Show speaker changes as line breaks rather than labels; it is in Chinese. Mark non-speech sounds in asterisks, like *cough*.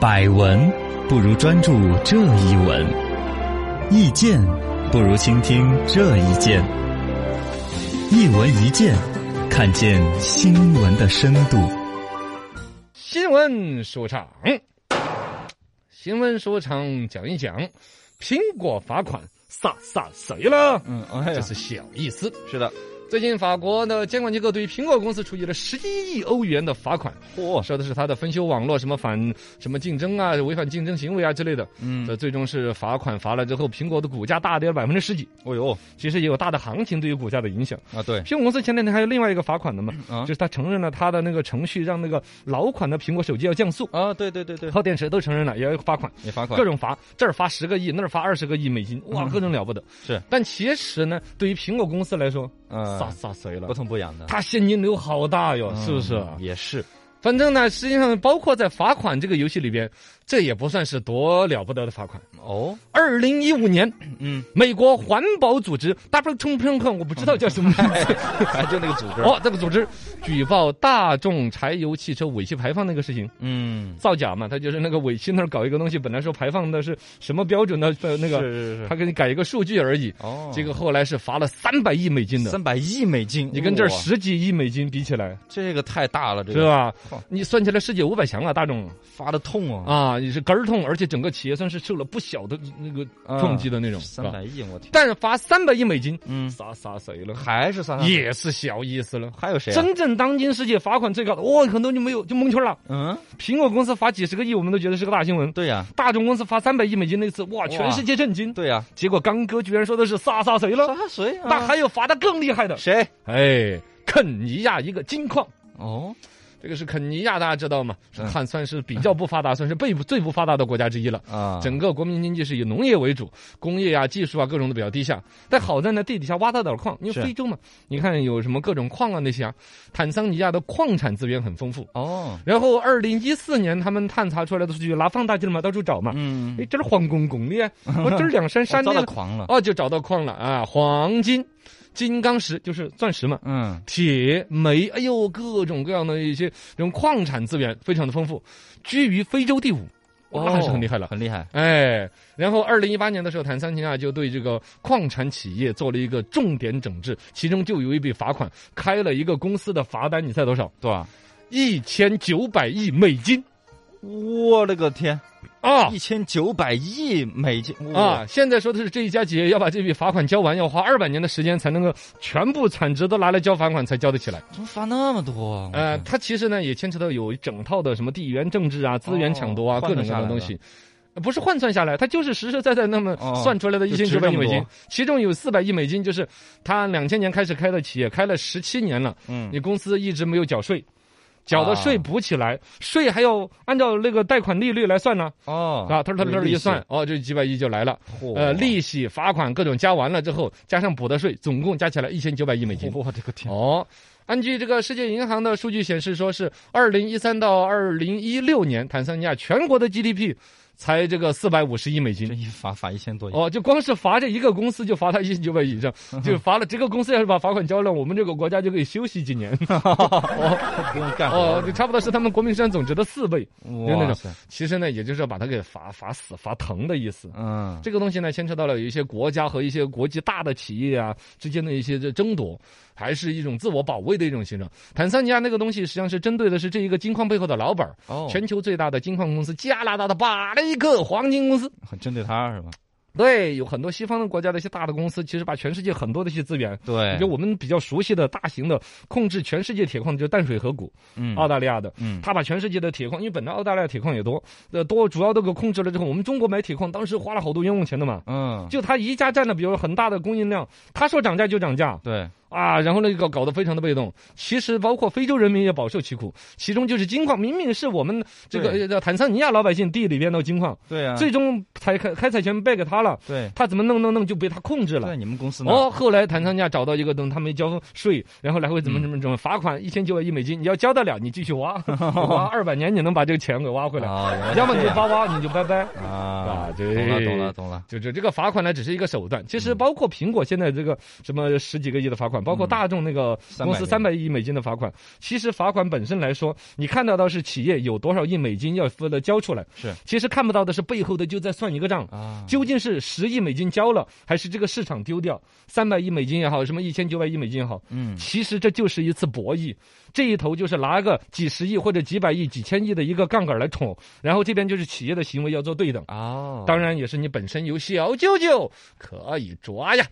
百闻不如专注这一闻，意见不如倾听这一见。一闻一见，看见新闻的深度。
新闻说唱，新闻说唱讲一讲，苹果罚款杀杀谁了？
嗯，哎
这是小意思。
是的，
最近法国的监管机构对于苹果公司处以了十一亿欧元的罚款，
嚯，
说的是它的分修网络什么反什么竞争啊、违反竞争行为啊之类的。
嗯，
这最终是罚款罚了之后，苹果的股价大跌了百分之十几，
哦呦，
其实也有大的行情对于股价的影响。
啊对，
苹果公司前两天还有另外一个罚款的嘛，
啊
就是他承认了他的那个程序让那个老款的苹果手机要降速，
啊对对对对，
靠电池都承认了，也要罚款，
你罚款嗯
各种罚，这儿罚十个亿，那儿罚二十个亿美金，哇，各种了不得。
是，
但其实呢，对于苹果公司来说，
嗯
撒撒谁了
不？痛不痒的，
他现金流好大哟，是不是？
嗯也是，
反正呢，实际上包括在罚款这个游戏里边，这也不算是多了不得的罚款。
哦，
二零一五年，
嗯，
美国环保组织 W 冲冲冲，我不知道叫什么名字。
*laughs* 还就那个组织，
哦，这个组织举报大众柴油汽车尾气排放那个事情，
嗯，
造假嘛，他就是那个尾气那儿搞一个东西，本来说排放的是什么标准的呃那个，
是是
他
是，
给你改一个数据而已。
哦
结果后来是罚了三百亿美金的，
三百亿美金，
你跟这儿
哇啊
十几亿美金比起来，
这个太大了，这
是
个
吧
嚯？
你算起来世界五百强啊，大众
发的痛啊，
啊，你是根儿痛，而且整个企业算是受了不小的那个冲击的那种。
三
是吧
百亿，我天，
但是罚三百亿美金，
嗯，
啥啥谁了？
还是三，
也是小意思了。
还有谁啊？
真正当今世界罚款最高的，哇、很多就没有就蒙圈了。
嗯，
苹果公司罚几十个亿，我们都觉得是个大新闻。
对呀，
大众公司罚三百亿美金那次，哇，全世界震惊。
啊对呀，
结果刚哥居然说的是杀杀谁了？
杀谁啊？
那还有罚的更厉害的，
谁？
哎，肯尼亚一个金矿。
哦，
这个是肯尼亚，大家知道吗？是
嗯
看算是比较不发达，算是被最不发达的国家之一了。
啊，
整个国民经济是以农业为主，工业啊、技术啊各种都比较低下。但好在呢，地底下挖到点矿，因为
是
非洲嘛，你看有什么各种矿啊那些啊，坦桑尼亚的矿产资源很丰富。
哦，
然后二零一四年他们探查出来的数据，拿放大镜嘛到处找嘛，
嗯
哎，，这儿黄公
*laughs*
公的，我这儿两山山
我遭
的
到，狂了，
哦，就找到矿了啊，黄金、金刚石就是钻石嘛。
嗯，
铁、煤，哎呦，各种各样的一些这种矿产资源非常的丰富，居于非洲第五，哇，
哦
还是很厉害了。
很厉害，
哎，然后二零一八年的时候，坦桑尼啊亚就对这个矿产企业做了一个重点整治，其中就有一笔罚款，开了一个公司的罚单，你猜多少？
多少？
一千九百亿美金
我勒个天！
啊
一千九百亿美金哇
啊！现在说的是这一家企业要把这笔罚款交完，要花二百年的时间才能够全部产值都拿来交罚款才交得起来。
怎么发那么多啊？
呃，它其实呢也牵扯到有一整套的什么地缘政治啊、资源抢夺啊、
哦
各种各样的东西。呃不是换算下来，它就是实实在在那么
哦
算出来的一
就
千
值
九百
这
亿
么
美金
多，
其中有四百亿美金就是他两千年开始开的企业，开了十七年了，
嗯
你公司一直没有缴税，缴的税
啊
补起来，税还要按照那个贷款利率来算呢，
哦
啊，他说他这儿一算，哦，这几百亿就来了，呃，利息、罚款各种加完了之后，加上补的税，总共加起来一千九百亿美金。
我这个天
哦，按据这个世界银行的数据显示，说是二零一三到二零一六年，坦桑尼亚全国的 GDP 才这个四百五十亿美
这
金。
一罚罚一千多亿
哦，就光是罚这一个公司就罚他一千九百以上，就罚了这个公司要是把罚款交了，我们这个国家就可以休息几年。
哦，不用干活
哦，就差不多是他们国民生产总值的四倍。
哇
那种
塞
其实呢，也就是要把他给罚罚死、罚疼的意思。
嗯
这个东西呢，牵扯到了有一些国家和一些国际大的企业啊之间的一些这争夺，还是一种自我保卫的一种形状。坦桑尼亚那个东西实际上是针对的是这一个金矿背后的老板儿，
哦，
全球最大的金矿公司加拿大的巴雷克黄金公司。
很针对他是吧？
对，有很多西方的国家的一些大的公司，其实把全世界很多的一些资源。
对
就我们比较熟悉的大型的控制全世界铁矿，就是淡水河谷，
嗯
澳大利亚的，
嗯
他把全世界的铁矿，因为本来澳大利亚铁矿也多，呃多主要都给控制了之后，我们中国买铁矿当时花了好多冤枉钱的嘛，
嗯
就他一家占了，比如很大的供应量，他说涨价就涨价
对
啊，然后那个搞得非常的被动。其实包括非洲人民也饱受其苦，其中就是金矿，明明是我们这个
对
呃坦桑尼亚老百姓地里边的金矿，
对啊
最终采开开采权败给他了，
对
他怎么弄弄弄就被他控制了
在。你们公司呢
哦，后来坦桑尼亚找到一个东西，他没交税，然后来回怎么怎么怎么罚款一千九百亿美金，你要交得了，你继续
*laughs*
挖，挖二百年你能把这个钱给挖回来，
啊，原来是
要么你
这
就
样
挖挖你就拜拜。
啊
啊，对
懂了懂了懂了，
就就这个罚款呢，只是一个手段。其实包括苹果现在这个什么十几个亿的罚款，款，包括大众那个公司三百亿美金的罚款。其实罚款本身来说，你看到的是企业有多少亿美金要分的交出来，
是
其实看不到的是背后的就在算一个账。
啊，
究竟是十亿美金交了，还是这个市场丢掉三百亿美金也好，什么一千九百亿美金也好，
嗯
其实这就是一次博弈，这一头就是拿个几十亿或者几百亿、几千亿的一个杠杆来捅，然后这边就是企业的行为要做对等。
哦，
当然也是你本身有小舅舅可以抓呀。